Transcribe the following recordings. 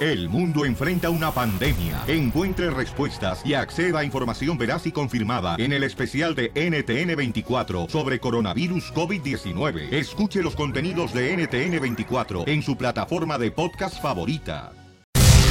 El mundo enfrenta una pandemia. Encuentre respuestas y acceda a información veraz y confirmada en el especial de NTN24 sobre coronavirus COVID-19. Escuche los contenidos de NTN24 en su plataforma de podcast favorita.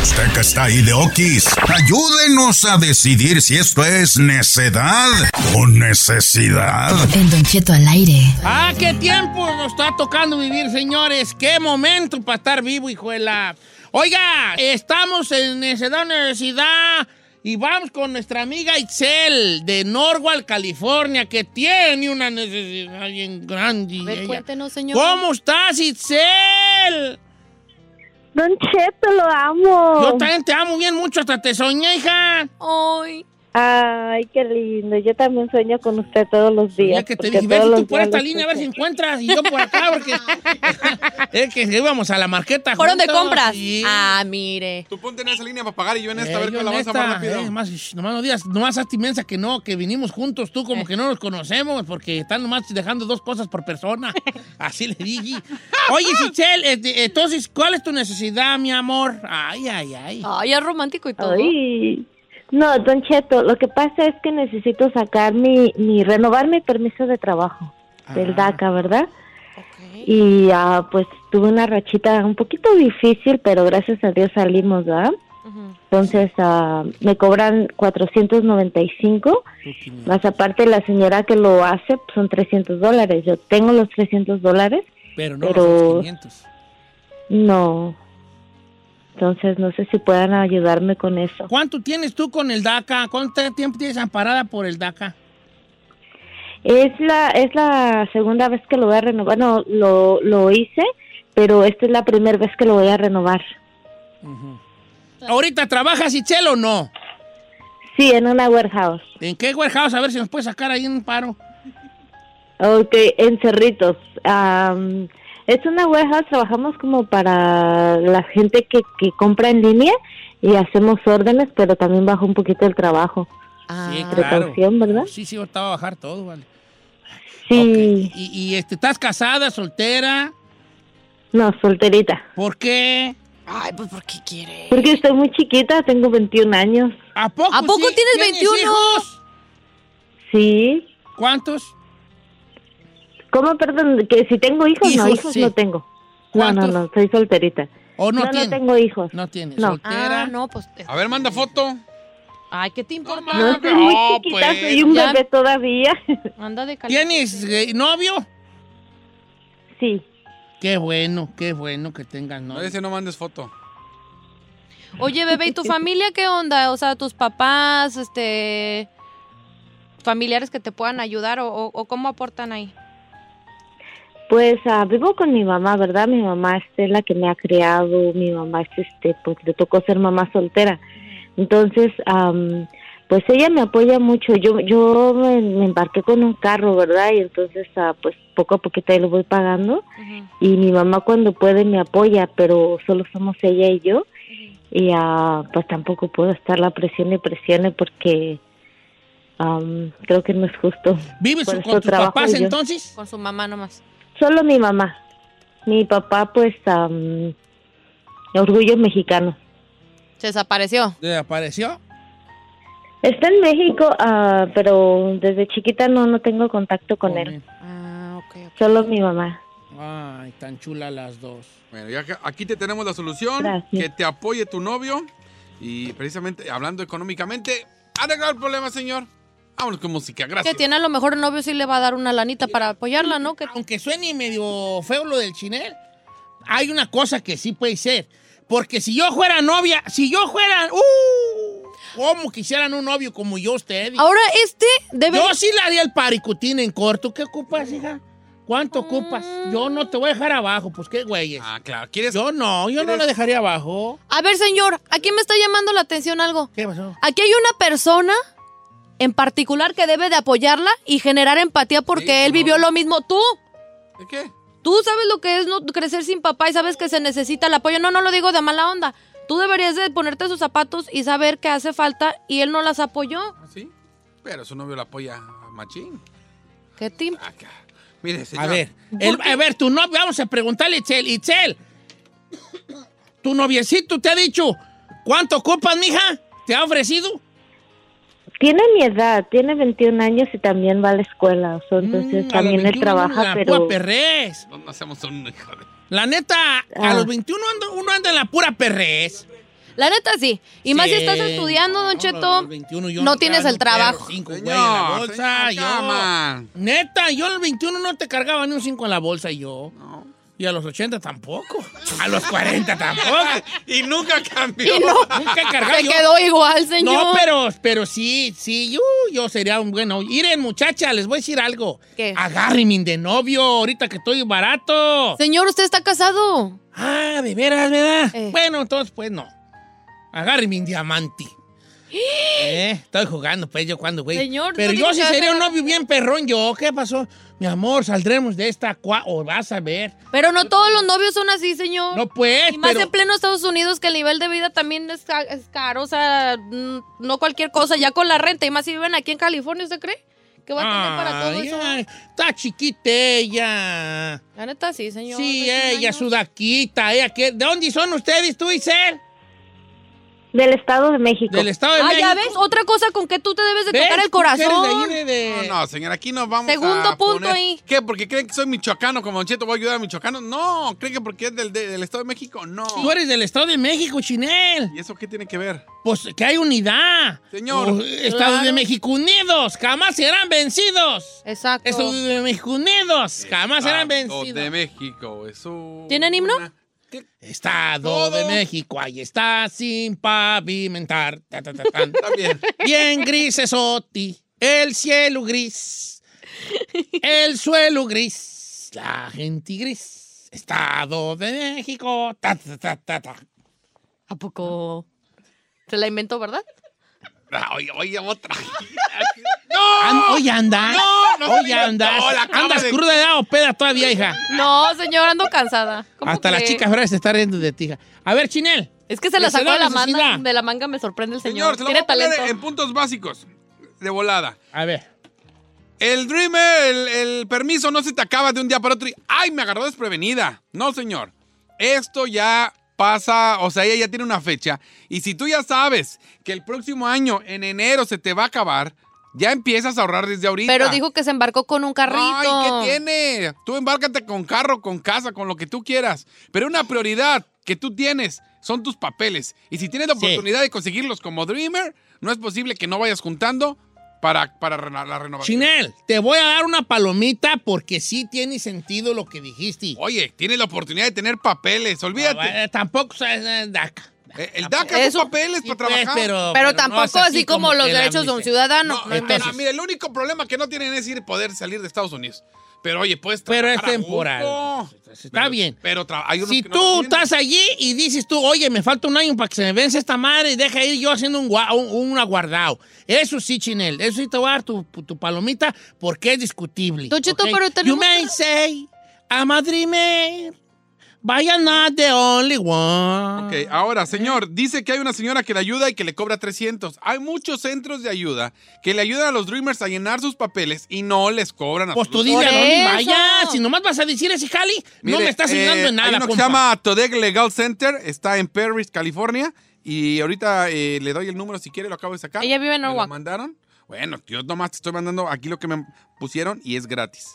Usted que está ahí de Okis, ayúdenos a decidir si esto es necedad o necesidad. En Don Cheto al aire. ¡Ah, qué tiempo nos está tocando vivir, señores! ¡Qué momento para estar vivo, hijuela! Oiga, estamos en Necedad Universidad y vamos con nuestra amiga Itzel de Norwalk, California, que tiene una necesidad bien grande. A ver, Ella- cuéntenos, señor. ¿Cómo estás, Itzel? Don Cheto, lo amo. Yo también te amo bien mucho, hasta te soñé, hija. Ay, Ay, qué lindo. Yo también sueño con usted todos los días. Ya que te porque dije, ve todos si tú los por días esta lo línea a ver si escucho. encuentras y yo por acá, porque es que íbamos a la marqueta. ¿fueron de juntos, compras? sí. Ah, mire. Tú ponte en esa línea para pagar y yo en esta, Eh, a ver yo cuál en avanza más esta, rápido. eh, nomás, shh, nomás no digas, nomás hazte mensa que no, que vinimos juntos tú, como Eh. que no nos conocemos, porque están nomás dejando dos cosas por persona. Así le dije. Oye, Sichel, este, entonces, ¿cuál es tu necesidad, mi amor? Ay, ay, ay. Ay, es romántico y todo. Ay. No, Don Cheto, lo que pasa es que necesito sacar mi, mi renovar mi permiso de trabajo del Ah. DACA, ¿verdad? Ok. Y ah, pues tuve una rachita un poquito difícil, pero gracias a Dios salimos, ¿verdad? Ujú. Entonces ah, me cobran 495, más aparte la señora que lo hace pues, son 300 dólares. Yo tengo los 300 dólares. Pero no, pero- los 500. No. Entonces no sé si puedan ayudarme con eso. ¿Cuánto tienes tú con el DACA? ¿Cuánto tiempo tienes amparada por el DACA? Es la es la segunda vez que lo voy a renovar. No, lo, lo hice, pero esta es la primera vez que lo voy a renovar. ¿Ahorita trabajas, Sichel, o no? Sí, en una warehouse. ¿En qué warehouse? A ver si nos puedes sacar ahí un paro. Ok, en Cerritos. Am, es una warehouse, trabajamos como para la gente que, que compra en línea y hacemos órdenes, pero también bajo un poquito el trabajo. Ah, Sí, Precaución, ¿verdad? Sí, sí, ahorita va a bajar todo, vale. Sí, Ok. ¿Y, y, este, estás casada, soltera? no, solterita. ¿Por qué? Ay, pues ¿por qué quiere? Porque estoy muy chiquita, tengo 21 años. ¿A poco, ¿A poco sí? tienes 21? hijos? Sí, ¿Cuántos? ¿Cómo, perdón? Que si tengo hijos, no, Hijos, hijos sí. no tengo. No, ¿Cuántos? no, no, soy solterita. ¿O no, no, no tienes? tengo hijos. No tienes, No. soltera. Ah, no, pues. A ver, manda foto. Ay, ¿qué te importa? pues, No, soy muy chiquita, soy un Ya- bebé todavía. Anda de caliente. ¿Tienes eh, novio? sí. Qué bueno, qué bueno que tengas No, novio. ese no mandes foto. Oye, bebé, ¿y tu familia qué onda? O sea, tus papás, este. familiares que te puedan ayudar o, o- o cómo aportan ahí. Pues ah, vivo con mi mamá, ¿verdad? Mi mamá es la que me ha criado, mi mamá es este, pues le tocó ser mamá soltera. Entonces, am, pues ella me apoya mucho. Yo yo me, me embarqué con un carro, ¿verdad? Y entonces, ah, pues poco a poquito ahí lo voy pagando. Ujú. Y mi mamá cuando puede me apoya, pero solo somos ella y yo. y ah, pues tampoco puedo estar la presión y presione porque am, creo que no es justo. ¿Vives por con eso tus trabajo papás yo. entonces? Con su mamá nomás. Solo mi mamá, mi papá pues am, orgullo mexicano. Se desapareció. ¿Desapareció? Está en México, ah, pero desde chiquita no no tengo contacto con él. Ah, ok. ok. Solo mi mamá. Ay, tan chula las dos. Bueno, ya que- aquí te tenemos la solución. Gracias. Que te apoye tu novio. Y precisamente hablando económicamente, arreglar el problema, señor. Vámonos con música, Que gracias. tiene a lo mejor el novio sí le va a dar una lanita para apoyarla, ¿no? Que Aunque suene medio feo lo del chinel, hay una cosa que sí puede ser. Porque si yo fuera novia, si yo fuera. ¡Uh! ¿Cómo quisieran un novio como yo, usted? Ahora este debe... Yo sí le haría el paricutín en corto. ¿Qué ocupas, hija? ¿Cuánto ocupas? Yo no te voy a dejar abajo, pues qué güeyes. Ah, claro. ¿Quieres? Yo no, yo no ¿Quieres? la dejaría abajo. A ver, señor, aquí me está llamando la atención algo. ¿Qué pasó? Aquí hay una persona en particular que debe de apoyarla y generar empatía porque Sí, él no. vivió lo mismo tú. ¿De qué? Tú sabes lo que es no crecer sin papá y sabes que se necesita el apoyo. No, no lo digo de mala onda. Tú deberías de ponerte sus zapatos y saber que hace falta y él no las apoyó. ¿Ah, ¿Sí? Pero su novio la apoya a machín. ¿Qué tim? Ah, Acá. Mire, señor. A ver, el- a ver, tu novio, vamos a preguntarle, Itzel. Itzel, tu noviecito te ha dicho, ¿cuánto ocupas, mija? ¿Te ha ofrecido? Tiene mi edad, tiene 21 años y también va a la escuela. o sea, entonces Mm, a también los él 21 uno trabaja, la pero... pura perrez. No, no hacemos un hijo de... La neta, a Ah. los 21 ando- uno anda en la pura perrez. La neta sí. Y más si estás estudiando, Don No, Cheto, los 21 yo no tienes traigo el trabajo. perro, cinco, güey, en la Señor, bolsa, señor, cama. yo. Neta, yo a los 21 no te cargaba ni un 5 en la bolsa yo. No. Y a los 80 tampoco. A los 40 tampoco. Y nunca cambió. Nunca cargaba Te yo. quedó igual, señor. No, pero, pero sí, sí, yo, yo sería un bueno. Miren, muchacha, les voy a decir algo. ¿Qué? Agárrenme de novio, ahorita que estoy barato. Señor, usted está casado. Ah, de veras, ¿verdad? Eh. Bueno, entonces, pues no. Agárrenme un diamante. Eh, estoy jugando, pues yo cuando, güey. Señor, Pero no yo digas sí que sería un haga- novio bien perrón, yo. ¿Qué pasó? Mi amor, saldremos de esta cua- o vas a ver. Pero no todos los novios son así, señor. No, pues, Y más pero- en pleno Estados Unidos, que el nivel de vida también es, ca- es caro, o sea, mm, no cualquier cosa, ya con la renta, y más si viven aquí en California, ¿usted cree? Que va a tener para todo Ay, eso? ay, Está chiquita ella. La neta, sí, señor. Sí, eh, 21 ella, años. sudaquita, ella. ¿qué- ¿De dónde son ustedes, tú y Cel? Del Estado de México. Del Estado de Ah, México. ya ves, otra cosa con que tú te debes de ¿Ves? tocar el Tú que eres de corazón. ahí, de- de- No, no, señor, aquí nos vamos Segundo a punto poner- ahí. ¿Qué? ¿Porque creen que soy michoacano como Don Cheto voy a ayudar a michoacanos? No, ¿creen que porque es del, de- del Estado de México? No. Tú eres del Estado de México, Chinel. ¿Y eso qué tiene que ver? Pues que hay unidad. Señor. Oh, Estados de Claro. México unidos, jamás serán vencidos. Exacto. Estados de México unidos, jamás serán Estado de vencidos. México, eso... ¿Tienen himno? Estado de Todo. México, ahí está sin pavimentar. Ta, ta, ta, tan. También. Bien gris es Oti, el cielo gris, el suelo gris, la gente gris, Estado de México. ta, ta, ta, ta, ta. ¿A poco? Se la inventó, ¿verdad? Ah, Oye, oye, otra. An- hoy andas. No, no hoy se inventó, andas. la acaba andas de- cruda de edad o peda todavía, hija. No, señor, ando cansada. ¿Cómo Hasta la cree? chica Fran se está riendo de ti, hija. A ver, Chinel. Es que se la Les sacó da de la, manga, necesidad. de la manga, me sorprende el señor. Señor, se lo voy Tiene a poner talento. en puntos básicos, de volada. A ver. El Dreamer, el, el permiso no se te acaba de un día para otro. y, ¡Ay, me agarró desprevenida! No, señor. Esto ya pasa, o sea, ella ya tiene una fecha. Y si tú ya sabes que el próximo año, en enero, se te va a acabar, ya empiezas a ahorrar desde ahorita. Pero dijo que se embarcó con un carrito. ¡Ay, qué tiene! Tú embárcate con carro, con casa, con lo que tú quieras. Pero una prioridad que tú tienes son tus papeles. Y si tienes la Sí. oportunidad de conseguirlos como Dreamer, no es posible que no vayas juntando para, para rena- la renovación. Chinel, te voy a dar una palomita porque sí tiene sentido lo que dijiste. Oye, tienes la oportunidad de tener papeles, olvídate. Eh, Tampoco sabes eh, DACA. Eh, El DACA Eso- son papeles Sí, para pues, trabajar. pero, Pero, no tampoco es así como, los que la derechos de un amniste. ciudadano. no, No no, entonces- no, mira, el único problema que no tienen es ir poder salir de Estados Unidos. Pero oye, puedes Pero es trabajar a temporal. gusto. Está Pero- bien. Pero tra- hay unos Si que no lo tú tienen. estás allí y dices tú, oye, me falta un año para que se me vence esta madre y deja ir yo haciendo un, gua- un, un aguardado. Eso sí, Chinel, eso sí te voy a dar tu, tu palomita porque es discutible. Don Cheto, ¿ok? pero You tenemos may que- say, I'm a dreamer, but I'm not the only one. Ok, Eh. ahora, señor, dice que hay una señora que le ayuda y que le cobra 300. Hay muchos centros de ayuda que le ayudan a los Dreamers a llenar sus papeles y no les cobran. Pues tú absolutamente. dile a Por dónde eso. vayas. Si nomás vas a decir ese jali, no Mire, me estás eh, ayudando en nada, Hay uno que se compa. llama Todec Legal Center, está en Perris, California. Y ahorita eh, le doy el número si quiere, lo acabo de sacar. Ella vive en ¿Me lo Norwalk. mandaron? Bueno, yo nomás te estoy mandando aquí lo que me pusieron y es gratis.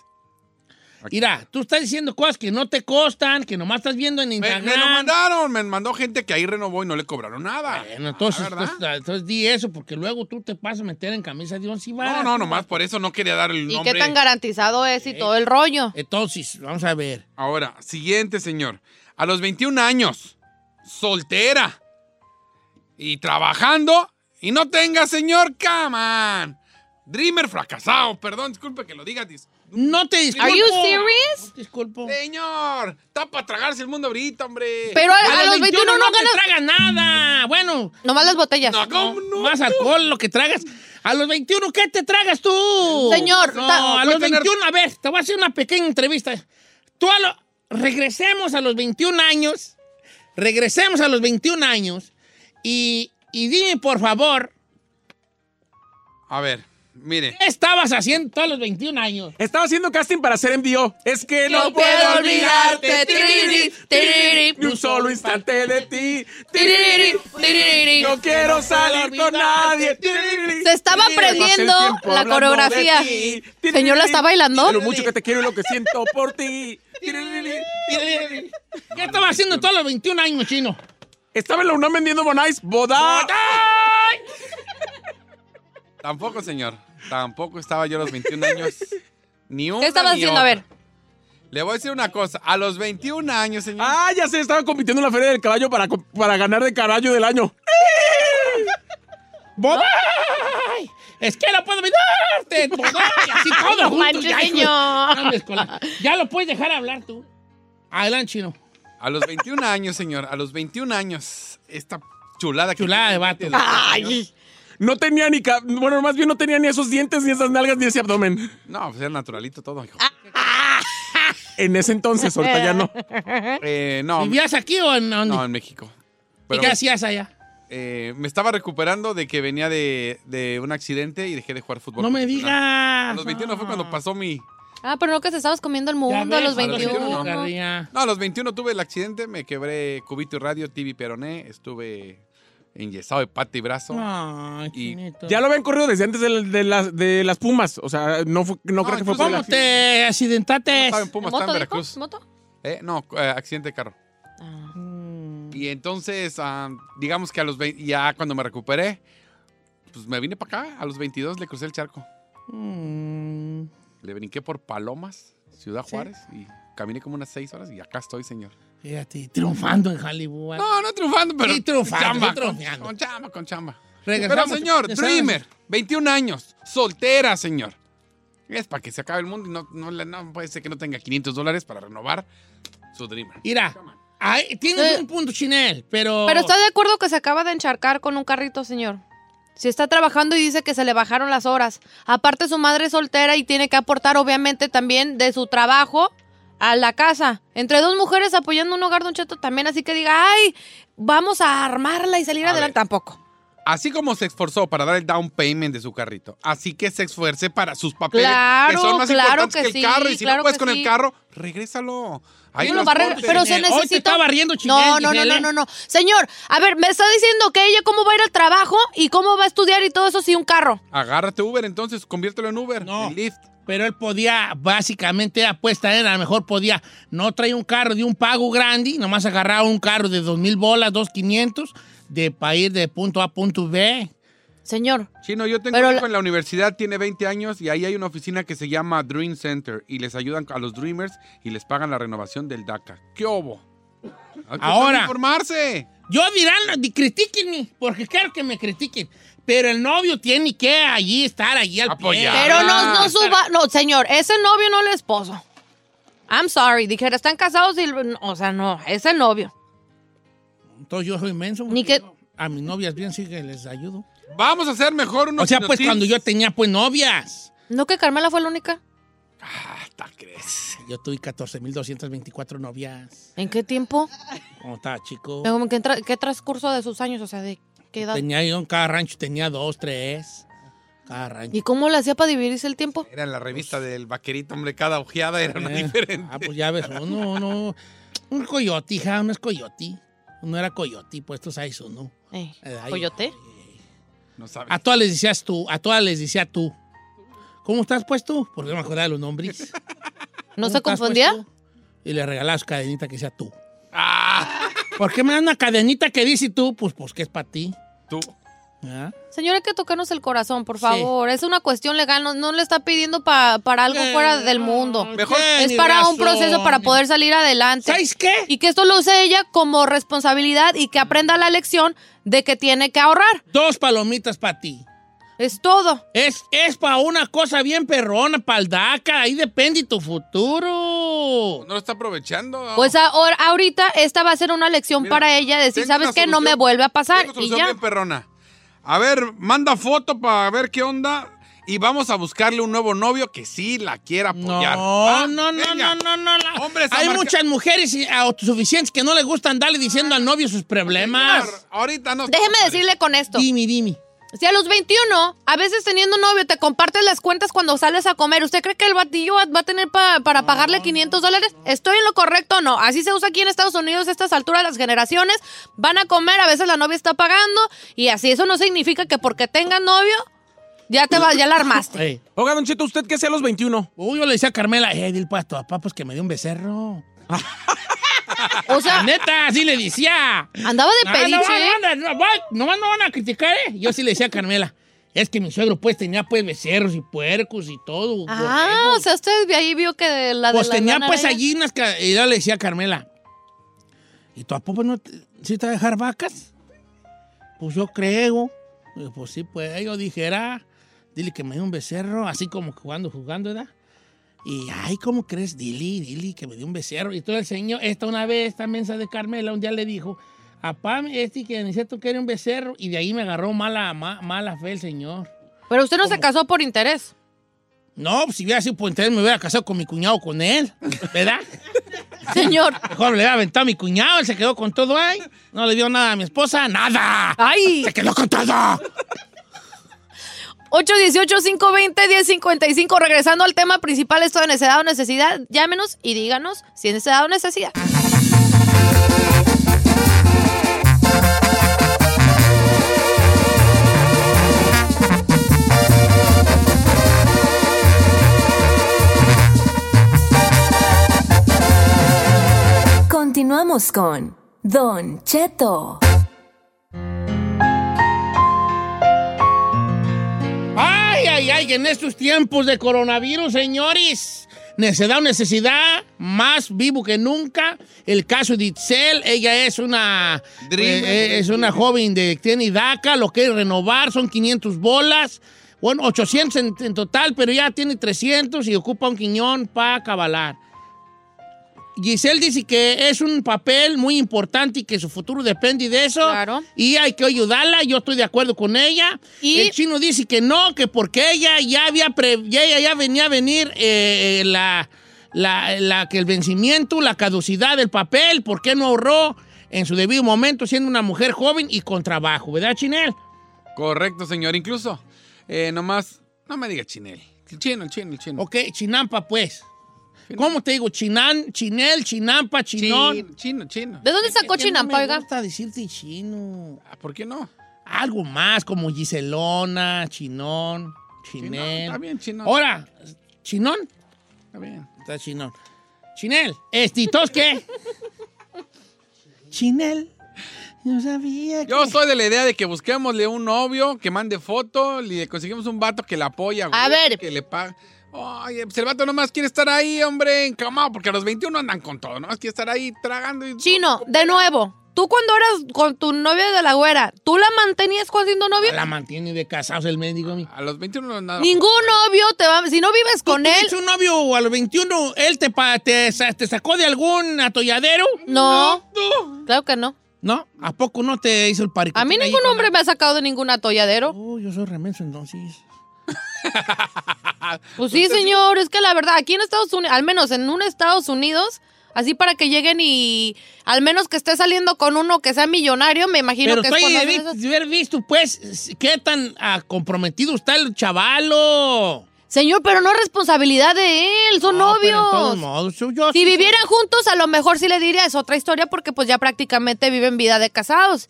Mira, tú estás diciendo cosas que no te costan, que nomás estás viendo en Me, Instagram. me lo mandaron, me mandó gente que ahí renovó y no le cobraron nada. Bueno, entonces, Ah, ¿verdad? entonces, entonces di eso, porque luego tú te vas a meter en camisa de once No, varas. no, nomás por eso no quería dar el ¿Y nombre. qué tan garantizado es y todo el rollo? Entonces, vamos a ver. Ahora, siguiente, señor. A los 21 años, soltera y trabajando y no tenga, señor, come on. Dreamer fracasado, perdón, disculpe que lo diga. dis- No te disculpo. Are you serious? No te disculpo. Señor, está para tragarse el mundo ahorita, hombre. Pero a, a los 21, no te ganas. tragas nada. Bueno, Nomás las botellas. No, ¿cómo no? más alcohol lo que tragas. A los 21, ¿qué te tragas tú? Señor, No, ta- a los puede tener- 21, a ver, te voy a hacer una pequeña entrevista. Tú a lo- Regresemos a los 21 años. Regresemos a los 21 años. Y, y dime, por favor, A ver, mire. ¿qué estabas haciendo tú a los 21 años? Estaba haciendo casting para ser MDO. Es que no, No puedo puedo olvidarte, olvidarte, tiriri, tiriri, ni un solo instante de ti. tiriri. No quiero salir con nadie. tiriri. Se estaba Tiriri, aprendiendo paso el tiempo la hablando coreografía. de ti. Tiriri. Señor, ¿la está bailando? Lo mucho que te quiero y lo que siento por ti. Tiriri. ¿Qué estabas haciendo tú a los 21 años, chino? Estaba en la UNAM vendiendo Bonais. Boda. Tampoco, señor. Tampoco estaba yo a los 21 años. Ni una ¿Qué estabas ni haciendo? A otra. ver. Le voy a decir una cosa. A los 21 años, señor. Ah, ya se estaba compitiendo en la Feria del Caballo para, co- para ganar de caballo del año. ¡Boda! Ay, Es que no puedo olvidarte. boda, y Así todo No junto, manches, ya, hijo de- señor. No hables con la- Ya lo puedes dejar hablar tú. Ah, Adelante, chino. A los 21 años, señor. A los 21 años. Esta chulada. que- Chulada de vato. Ay. No tenía ni... ca- Bueno, más bien no tenía ni esos dientes, ni esas nalgas, ni ese abdomen. No, pues era naturalito todo, hijo. Ah. En ese entonces, Pues, ahorita ya no. Eh, no, ¿Vivías aquí o en dónde? no, en México. ¿Y Pero qué hacías allá? eh, me estaba recuperando de que venía de, de un accidente y dejé de jugar fútbol. No me profesional. digas. A los 21 fue cuando pasó mi... Ah, pero no que te estabas comiendo el Ya mundo a ves, los a los 21, 21. carrilla. No, a los 21 tuve el accidente, me quebré cubito y radio, tibia y peroné, estuve enyesado de pata y brazo. Ay, Y- chinito. Ya lo habían corrido desde antes del- de, las, de las Pumas. O sea, no, fue- no, No, creo que fue incluso- por ¿Cómo la- te accidentaste? Estaba en Pumas, estaba ¿Moto, en dijo? Veracruz. ¿Moto? Eh, no, eh, accidente de carro. Ah. Y entonces, ah, digamos que a los 20, ya cuando me recuperé, pues me vine para acá, a los 22 le crucé el charco. Mm. Le brinqué por Palomas, Ciudad Juárez, y caminé como unas seis horas y acá estoy, señor. Fíjate, triunfando en Hollywood. No, no triunfando, pero Sí, triunfando, con sí, chamba, triunfando. Con, con chamba, con chamba. Regresamos. Pero, señor, Ya sabes. Dreamer, 21 años, soltera, señor. Es para que se acabe el mundo y no, no, le- no puede ser que no tenga 500 dólares para renovar su Dreamer. Mira, ahí tienes Eh. un punto, Chinel, pero... Pero está de acuerdo que se acaba de encharcar con un carrito, señor. Si está trabajando y dice que se le bajaron las horas. Aparte, su madre es soltera y tiene que aportar, obviamente, también de su trabajo a la casa. Entre dos mujeres apoyando un hogar, don Cheto, también así que diga, ay, vamos a armarla y salir A adelante. ver. Tampoco. Así como se esforzó para dar el down payment de su carrito, así que se esfuerce para sus papeles Claro, que son más claro importantes que que, el sí, carro. Y si claro no puedes que con sí. el carro, regrésalo. Hay Yo lo barré- transporte. pero se Chinel, Hoy te necesita- está barriendo, Chinel. ¿eh? No, no, no, Gisela. no, no, no. Señor, a ver, me está diciendo que ella cómo va a ir al trabajo y cómo va a estudiar y todo eso sin un carro. Agárrate Uber entonces, conviértelo en Uber, No. en Lyft. Pero él podía, básicamente, apuesta él, a lo mejor podía, no traer un carro de un pago grande, nomás agarraba un carro de dos mil bolas, dos quinientos, de para ir de punto A a punto B. Señor, Chino, yo tengo Pero un la- hijo en la universidad, tiene 20 años y ahí hay una oficina que se llama Dream Center y les ayudan a los Dreamers y les pagan la renovación del DACA. ¡Qué obo! Hay que Ahora. informarse. Yo dirán, di- critiquenme, porque quiero que me critiquen, pero el novio tiene que allí estar, allí al Apoyar. pie. Pero no, no estar- suba. No, señor, ese novio no el esposo. I'm sorry. Dijera, están casados y. O sea, no, es el novio. Entonces yo soy inmenso. Ni que- porque yo A mis novias bien sí que les ayudo. Vamos a hacer mejor unos O sea, pues sinotips. cuando yo tenía pues novias. ¿No que Carmela fue la única? Hasta crees. Yo tuve 14.224 novias. ¿En qué tiempo? Como estaba chico. Como que entra- ¿Qué, transcurso de sus años? O sea, ¿de qué edad? Tenía yo en cada rancho, tenía dos, tres. Cada rancho. ¿Y cómo le hacía para dividirse el tiempo? Era en la revista del vaquerito, hombre, cada ojeada era una Eh, diferente. Ah, pues ya ves, uno, uno. Un coyote, hija, uno es coyote. Uno era coyote, pues tú sabes uno. Eh, Eh, ay, ¿Coyote? No sabes. A todas les decías tú, a todas les decía tú. ¿Cómo estás pues tú? Porque no me acordaba de los nombres. ¿No Nunca se has confundía? puesto Y le regalas cadenita que sea tú. Ah. ¿Por qué me das una cadenita que dice tú? Pues, pues que es para ti. ¿Ah? Tú. ¿verdad? Señora, hay que tocarnos el corazón, por Sí. favor. Es una cuestión legal, no, no le está pidiendo pa- para algo Eh, fuera del mundo. Mejor- Es tiene para un razón. proceso para poder salir adelante. ¿Sabes qué? Y que esto lo use ella como responsabilidad y que aprenda la lección de que tiene que ahorrar. Dos palomitas para ti. Es todo. Es, es para una cosa bien perrona, paldaca. Ahí depende tu futuro. No lo está aprovechando. ¿no? Pues ahora, ahorita esta va a ser una lección Mira, para ella. Decir, tengo ¿sabes una qué? No solución. me vuelve a pasar. Tengo Y solución ya. bien perrona. A ver, manda foto para ver qué onda y vamos a buscarle un nuevo novio que sí la quiera No, apoyar. no, Va, no, no, venga. no, no, la- Hombre, esa Hay marca- muchas mujeres y- autosuficientes que no les gusta andarle diciendo al novio sus problemas. Señor, Ahorita no. Déjeme decirle con esto. Dime, dime. Si a los 21, a veces teniendo novio, te compartes las cuentas cuando sales a comer, ¿usted cree que el batillo va- va a tener pa- para pagarle 500 dólares? ¿Estoy en lo correcto o no? Así se usa aquí en Estados Unidos a estas alturas las generaciones. Van a comer, a veces la novia está pagando y así. Eso no significa que porque tengas novio, ya te va, ya la armaste. Ey. Oiga, Don Cheto, ¿usted qué hacía a los 21? Uy, yo le decía a Carmela, eh, dile pues a tu papá pues que me dio un becerro. O La sea, neta, así le decía. andaba de No, no, pediche, ¿eh? no, no, no, no, no, no van a criticar, ¿eh? Yo sí le decía a Carmela, es que mi suegro pues tenía pues becerros y puercos y todo. Ah, borregos". o sea, usted de ahí vio que de la de Pues la tenía lana pues era- allí unas... ca- Y yo le decía a Carmela, ¿y tu papá no te, sí te va a dejar vacas? Pues yo creo. Y Pues sí, pues yo dijera, dile que me dio un becerro, así como jugando, jugando, ¿verdad? Y, ay, ¿cómo crees? Dile, dile que me dio un becerro. Y todo el señor, esta una vez, esta mensa de Carmela, un día le dijo, apá, este que necesito que era un becerro. Y de ahí me agarró mala, ma- mala fe el señor. Pero usted no se casó por interés. No, pues, si hubiera sido por interés, me hubiera casado con mi cuñado, con él, ¿verdad? Señor. Mejor le aventó a mi cuñado, él se quedó con todo ahí. No le dio nada a mi esposa, nada. ¡Ay! Se quedó con todo. 818-520-1055. Regresando al tema principal, esto de necesidad o necesidad, llámenos y díganos si es necesidad o necesidad. Continuamos con Don Cheto. Ay, ay, ay, en estos tiempos de coronavirus, señores. Necesidad o necesidad, más vivo que nunca. El caso de Itzel, ella es una, Dreamer. eh, eh, es una joven de tiene DACA, lo quiere renovar, son 500 bolas. Bueno, 800 en, en total, pero ya tiene 300 y ocupa un quiñón para cabalar. Giselle dice que es un papel muy importante y que su futuro depende de eso. Claro. Y hay que ayudarla, yo estoy de acuerdo con ella. Y- El chino dice que no, que porque ella ya había pre- ya, ella ya venía a venir eh, eh, la, la- la- que el vencimiento, la caducidad del papel, ¿por qué no ahorró en su debido momento siendo una mujer joven y con trabajo, ¿verdad, Chinel? Correcto, señor. Incluso, eh, nomás, no me diga chinel. El chino, el chino, el chino. Ok, Chinampa, pues. ¿Cómo te digo? Chinan, Chinel, Chinampa, Chinón. Chino, chino, chino. ¿De dónde sacó Es que Chinampa, no me oiga? gusta decirte chino. Ah, ¿Por qué no? Algo más, como Giselona, Chinón, Chino, Chinel. Está bien, chino. Ahora, Chinón. Está bien. Está chinón. Chinel, ¿estitos qué? Chinel. No sabía que... Yo soy de la idea de que busquémosle un novio que mande foto, le conseguimos un vato que la apoya, güey, A ver. que le paga. Oye, pues el vato nomás quiere estar ahí, hombre, encamado, porque a los 21 andan con todo, nomás quiere estar ahí tragando y... Chino, de nuevo. Tú cuando eras con tu novia de la güera, ¿tú la mantenías cuando siendo novio? La mantiene de casados el médico. mi- A los 21 no nada. Ningún novio te va... Si no vives con él... ¿Tuviste un novio a los 21? ¿Él te, pa- te, sa- te sacó de algún atolladero? No. Claro que no. ¿No? ¿A poco no te hizo el parico? A mí ningún hombre me ha sacado de ningún atolladero. Oh, yo soy remenso entonces. Pues sí, señor, es que la verdad, aquí en Estados Unidos, al menos en un Estados Unidos, así para que lleguen y al menos que esté saliendo con uno que sea millonario, me imagino Pero que es estoy cuando de, hacen esas- de haber visto, pues, qué tan ah, comprometido está el chavalo. Señor, pero no es responsabilidad de él, son No, pero en todos novios. modos, yo- yo Si sí- vivieran juntos, a lo mejor sí le diría, es otra historia porque pues ya prácticamente viven vida de casados.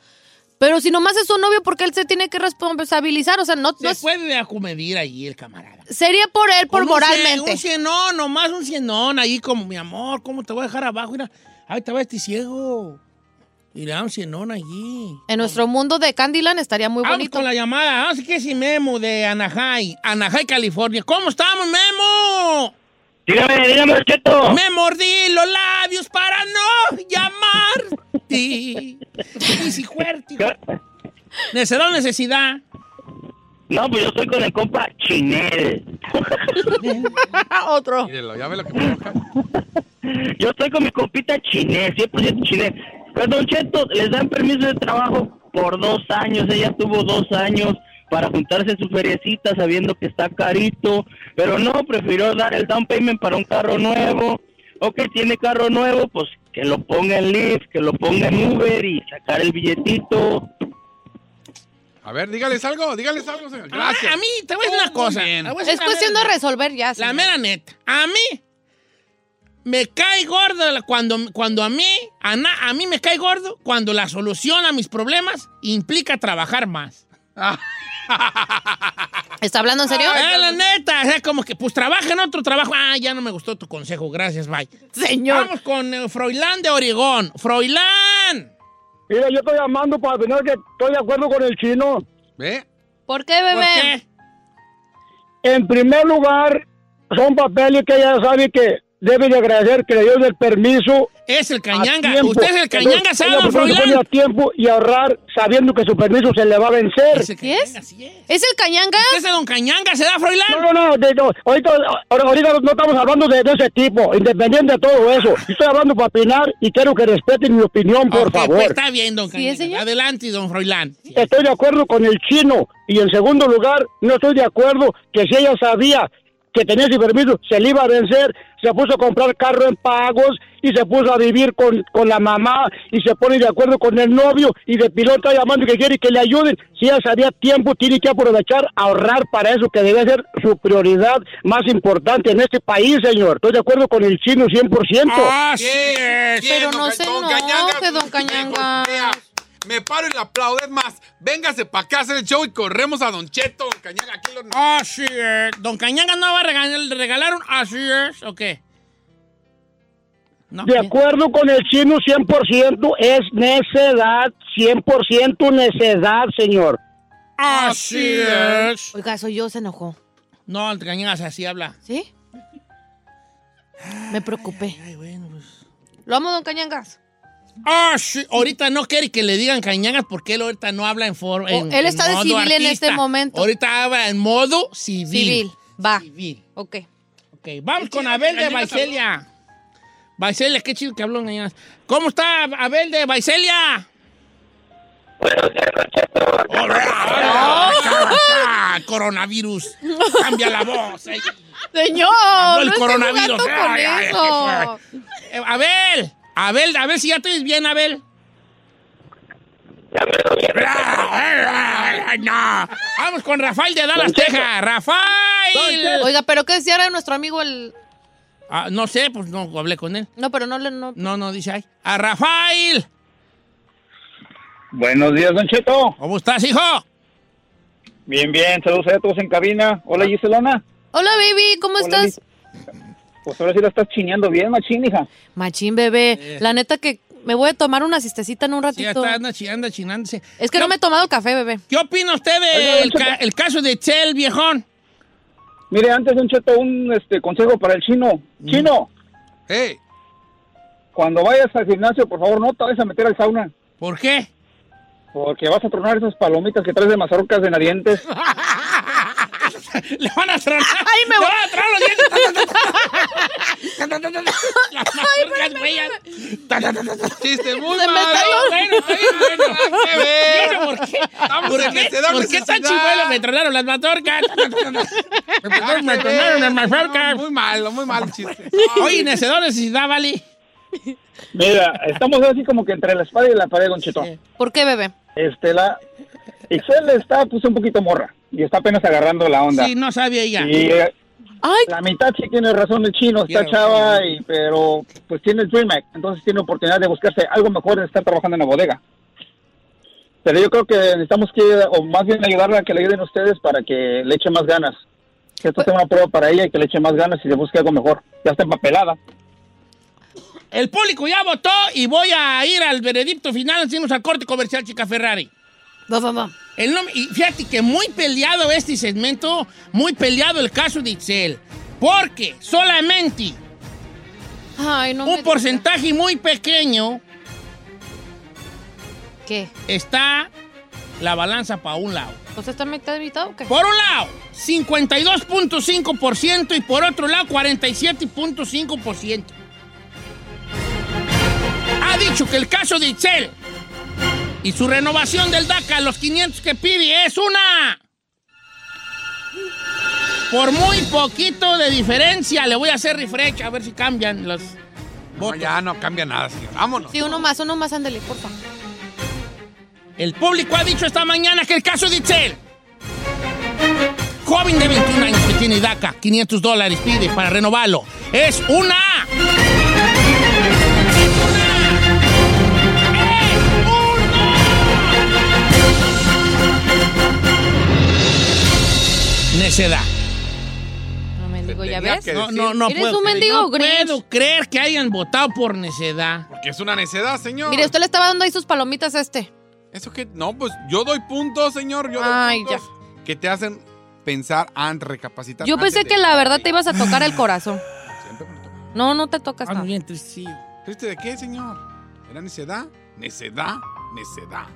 Pero si nomás es su novio, ¿por qué él se tiene que responsabilizar? O sea, no, no Se es- puede acomedir allí el camarada. sería por él, por Un moralmente. cien- Un cienón, nomás un cienón, ahí como, mi amor, ¿cómo te voy a dejar abajo? Mira, ahí te va este ciego. Mira, un cienón allí. En nuestro mundo de Candyland estaría muy Vamos bonito. con la llamada. Así Ah, que si Memo de Anaheim, Anaheim, California. ¿Cómo estamos, Memo? Dígame, dígame, Don Cheto. Me mordí los labios para no llamarte. y si fuerte. Necesidad, necesidad. No, pues yo estoy con el compa Chinel. Otro. Mírelo, ya ve lo que me toca. Yo estoy con mi compita Chinel, 100% Chinel. pues, Pero Don Cheto, les dan permiso de trabajo por dos años. Ella tuvo dos años para juntarse su feriecita sabiendo que está carito. Pero no, prefirió dar el down payment para un carro nuevo. O que tiene carro nuevo, pues que lo ponga en Lyft, que lo ponga en Uber y sacar el billetito. A ver, dígales algo, dígales algo, señor. A Ah, mí, te voy a decir una cosa. bien. Te voy a decir Es la cuestión de mera- resolver ya. La señor. mera neta. A mí me cae gordo la- cuando, cuando a mí, a, na- a mí me cae gordo cuando la solución a mis problemas implica trabajar más. ¿Está hablando en serio? Eh, la neta, o sea, como que pues trabaja en otro trabajo. Ah, ya no me gustó tu consejo, gracias, bye. Señor. Vamos con eh, Froilán de Oregón. Froilán. Mira, yo estoy llamando para tener que estoy de acuerdo con el chino. ¿Ve? ¿Por qué, bebé? ¿Por qué? En primer lugar, son papeles que ella sabe que debe de agradecer que le dio el permiso. Es el a cañanga. tiempo. Eh, Usted es el cañanga, Entonces, ¿sabe, ella don por eso se Froilán? pone a tiempo y ahorrar sabiendo que su permiso se le va a vencer. Ese ¿Qué es? cañanga, así es. ¿Es el cañanga? Ese don cañanga se da, Froilán. No, no, no, de- no, ahorita, ahor- ahorita no estamos hablando de, de ese tipo, independiente de todo eso. Yo estoy hablando para opinar y quiero que respeten mi opinión, por Ok, favor. pues, está bien, don Sí, Cañanga. señor. Adelante, don Froilán. Estoy de acuerdo con el chino. Y en segundo lugar, no estoy de acuerdo que si ella sabía que tenía ese permiso, se le iba a vencer, se puso a comprar carro en pagos y se puso a vivir con, con la mamá y se pone de acuerdo con el novio y de pilota llamando que quiere que le ayuden. Si ella sabía a tiempo, tiene que aprovechar, ahorrar para eso, que debe ser su prioridad más importante en este país, señor. Estoy de acuerdo con el chino 100%. Así es. Pero no se no enoje, pues, don Cañanga. Me paro y le aplaudo. Es más, véngase para acá a hacer el show y corremos a Don Cheto, Don Cañanga. Aquí lo... Así es. Don Cañanga no va a regalar, regalar un así es, ¿o qué? No. De acuerdo con el chino, 100% es necedad, 100% necedad, señor. Así es. Oiga, soy yo, se enojó. No, don Cañanga así habla. ¿Sí? Me preocupé. Ay, bueno, pues. Lo amo, don Cañangas. Ah, sí. Ahorita no quiere que le digan cañagas porque él ahorita no habla en forma. en- Oh, él está de modo civil en este momento. Ahorita habla en modo civil. Civil. Va. Civil. Ok. Ok, vamos con Abel de Baicelia. Baicelia, qué chido que habló cañagas. ¿Cómo está Abel de Baicelia? Hola, hola. Ah, Coronavirus. Cambia la voz. Ay, Señor. habló no el esté coronavirus. jugando con Ay, ay, eso. qué fue. Eh, Abel, Abel, a ver si ya estoy bien, Abel. Ay, no. Vamos con Rafael de Dallas, Texas. Rafael. Oiga, pero ¿qué decía ahora nuestro amigo el...? Ah, no sé, pues no hablé con él. No, pero no le... No. No, no, dice ahí. A Rafael. Buenos días, Don Cheto. ¿Cómo estás, hijo? Bien, bien. Saludos a todos en cabina. Ah. Hola, Giselona. Hola, baby, ¿cómo Hola, estás? Pues ahora sí la estás chineando bien, machín, hija. Machín, bebé. La neta que me voy a tomar una siestecita en un Sí, ya ratito. está, anda, chi- anda chinándose. Es que no me he tomado café, bebé. ¿Qué opina usted Oiga, del Don ca- el caso de Chel, viejón? Mire, antes, Don Cheto, un este, consejo para el chino. Mm. Chino, Hey, cuando vayas al gimnasio, por favor, no te vayas a meter al sauna. ¿Por qué? Porque vas a tronar esas palomitas que traes de mazorcas dientes. Le van a tronar. ¡Ay, me van a tronar los dientes! Las mazorcas, güey. chiste muy Pues Se me malo. Bueno, ay, bueno. Qué ver. Mira, ¿Por qué? Estamos ¿Por en qué? necesidad, ¿Por qué tan necesidad. chimuelo me tronaron las mazorcas? Me tronaron, me Qué tronaron las ver. mazorcas. Muy malo, muy malo el chiste. Oye, necesito necesidad, Vali. Mira, estamos así como que entre la espada y la pared, Don Cheto. ¿Por qué, bebé? Este, la... Ixel está, pues, un poquito morra. Y está apenas agarrando la onda. Sí, no sabía ella. Y... eh, Ay, La mitad sí tiene razón el chino, está Quiero- chava, y, pero pues tiene el DreamHack, entonces tiene oportunidad de buscarse algo mejor de estar trabajando en la bodega. Pero yo creo que necesitamos que, o más bien ayudarla, que le ayuden ustedes para que le eche más ganas. Que esto Pues sea una prueba para ella y que le eche más ganas y le busque algo mejor. Ya está empapelada. El público ya votó y voy a ir al veredicto final. Hacemos al corte comercial, chica Ferrari. Va, va, va. El nom- y fíjate que muy peleado este segmento, muy peleado el caso de Itzel. Porque solamente Ay, no me un digas. porcentaje muy pequeño ¿Qué? está la balanza para un lado. ¿O sea, está mitad de mitad o qué? Por un lado, 52.5% y por otro lado, 47.5%. Ha dicho que el caso de Itzel y su renovación del DACA a los 500 que pide es una... Por muy poquito de diferencia, le voy a hacer refresh a ver si cambian los... No, ya no cambia nada, señor. Vámonos. Sí, uno más, uno más, ándale, porfa. El público ha dicho esta mañana que el caso de Itzel, joven de 21 años que tiene DACA, 500 dólares pide para renovarlo, es una... necedad. No me digo, ¿ya tenía ves? que No, no, no Eres puedo un creer. mendigo No Grinch. puedo creer que hayan votado por necedad. Porque es una necedad, señor. Mire, usted le estaba dando ahí sus palomitas a este. Eso que. No, pues yo doy puntos, señor. Yo doy Ay, puntos que te hacen pensar antes, recapacitar. Yo antes pensé de- que la verdad te ibas a tocar Ah, el corazón. No, no te tocas nada. bien triste. ¿Triste de qué, señor? ¿Era necedad? Necedad, necedad.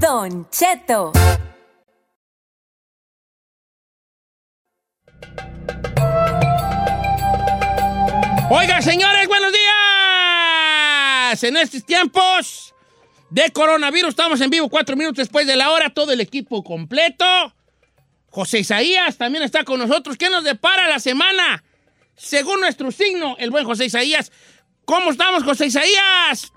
Don Cheto. Oiga, señores, buenos días. En estos tiempos de coronavirus estamos en vivo cuatro minutos después de la hora, todo el equipo completo. José Isaías también está con nosotros. ¿Qué nos depara la semana? Según nuestro signo, el buen José Isaías. ¿Cómo estamos, José Isaías?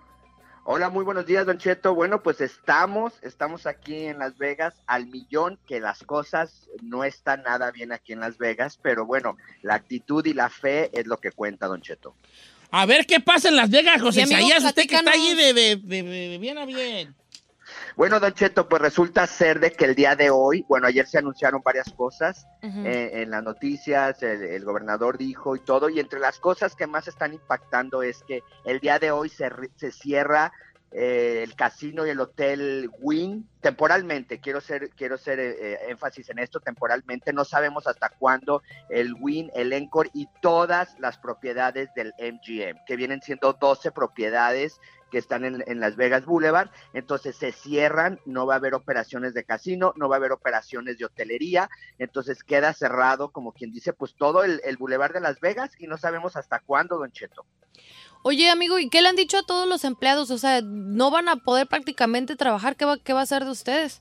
Hola, muy buenos días, Don Cheto. Bueno, pues estamos, estamos aquí en Las Vegas al millón, que las cosas no están nada bien aquí en Las Vegas, pero bueno, la actitud y la fe es lo que cuenta, Don Cheto. A ver qué pasa en Las Vegas, José Sí, amigo, Isaías. Usted que está platícanos. allí de, de- de- de- de bien a bien. Bueno, Don Cheto, pues resulta ser de que el día de hoy, bueno, ayer se anunciaron varias cosas Ujú. eh, en las noticias, el, el gobernador dijo y todo, y entre las cosas que más están impactando es que el día de hoy se, re- se cierra eh, el casino y el hotel Wynn temporalmente. Quiero ser, quiero ser eh, eh, énfasis en esto temporalmente. No sabemos hasta cuándo el Wynn, el Encore y todas las propiedades del MGM, que vienen siendo 12 propiedades que están en, en Las Vegas Boulevard. Entonces se cierran, no va a haber operaciones de casino, no va a haber operaciones de hotelería. Entonces queda cerrado, como quien dice, pues todo el, el Boulevard de Las Vegas y no sabemos hasta cuándo, Don Cheto. Oye, amigo, ¿y qué le han dicho a todos los empleados? O sea, no van a poder prácticamente trabajar. ¿Qué va, qué va a hacer de ustedes?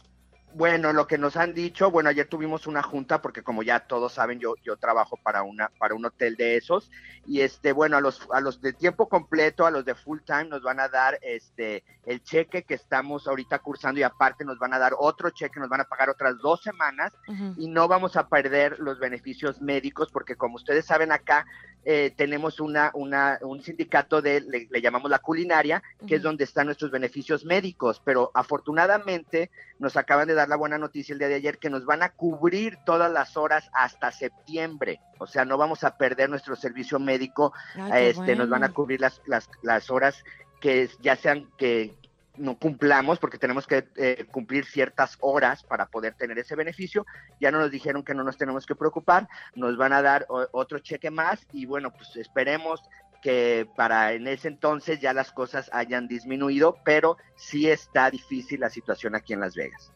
Bueno, lo que nos han dicho, bueno, ayer tuvimos una junta porque como ya todos saben, yo, yo trabajo para una para un hotel de esos y este, bueno, a los a los de tiempo completo, a los de full time nos van a dar este el cheque que estamos ahorita cursando y aparte nos van a dar otro cheque, nos van a pagar otras dos semanas Ujú. y no vamos a perder los beneficios médicos porque como ustedes saben acá eh, tenemos una, una un sindicato de le, le llamamos la culinaria que es Ujú. donde están nuestros beneficios médicos pero afortunadamente nos acaban de dar la buena noticia el día de ayer que nos van a cubrir todas las horas hasta septiembre o sea no vamos a perder nuestro servicio médico Ay, qué este nos van a bueno. cubrir las, las, las horas que es- ya sean que no cumplamos porque tenemos que eh, cumplir ciertas horas para poder tener ese beneficio. Ya no nos dijeron que no nos tenemos que preocupar, nos van a dar o- otro cheque más y bueno, pues esperemos que para en ese entonces ya las cosas hayan disminuido, pero sí está difícil la situación aquí en Las Vegas.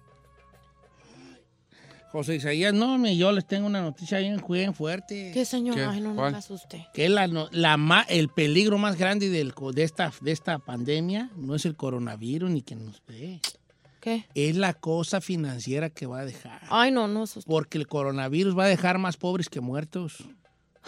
José Isaías, no, me- yo les tengo una noticia bien, bien fuerte. ¿Qué, señor? ¿Qué? Ay, no, no ¿Cuál? me asuste. que la, no- la ma- el peligro más grande del, co- de, esta, de esta pandemia no es el coronavirus ni que nos ve. ¿Qué? Es la cosa financiera que va a dejar. Ay, no, no asuste. Porque el coronavirus va a dejar más pobres que muertos.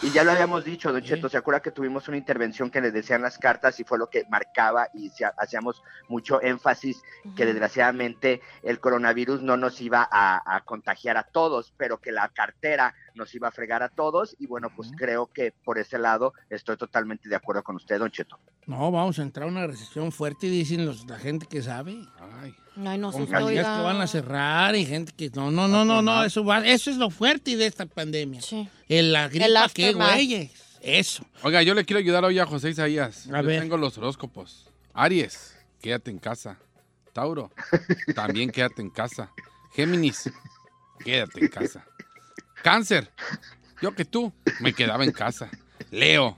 Y ya lo habíamos dicho, Don Cheto, ¿se acuerda que tuvimos una intervención que les decían las cartas y fue lo que marcaba y se- hacíamos mucho énfasis que desgraciadamente el coronavirus no nos iba a, a contagiar a todos, pero que la cartera nos iba a fregar a todos? Y bueno, pues creo que por ese lado estoy totalmente de acuerdo con usted, Don Cheto. No, vamos a entrar a una recesión fuerte, dicen los, la gente que sabe. Ay, Ay, no compañías soy que van a cerrar y gente que no, no, no, no, no, eso va, eso es lo fuerte de esta pandemia. El, la gripa, qué aftermath. güeyes. Eso. Oiga, yo le quiero ayudar hoy a José Isaías. A yo ver. tengo los horóscopos. Aries, quédate en casa. Tauro, también quédate en casa. Géminis, quédate en casa. Cáncer, yo que tú, me quedaba en casa. Leo,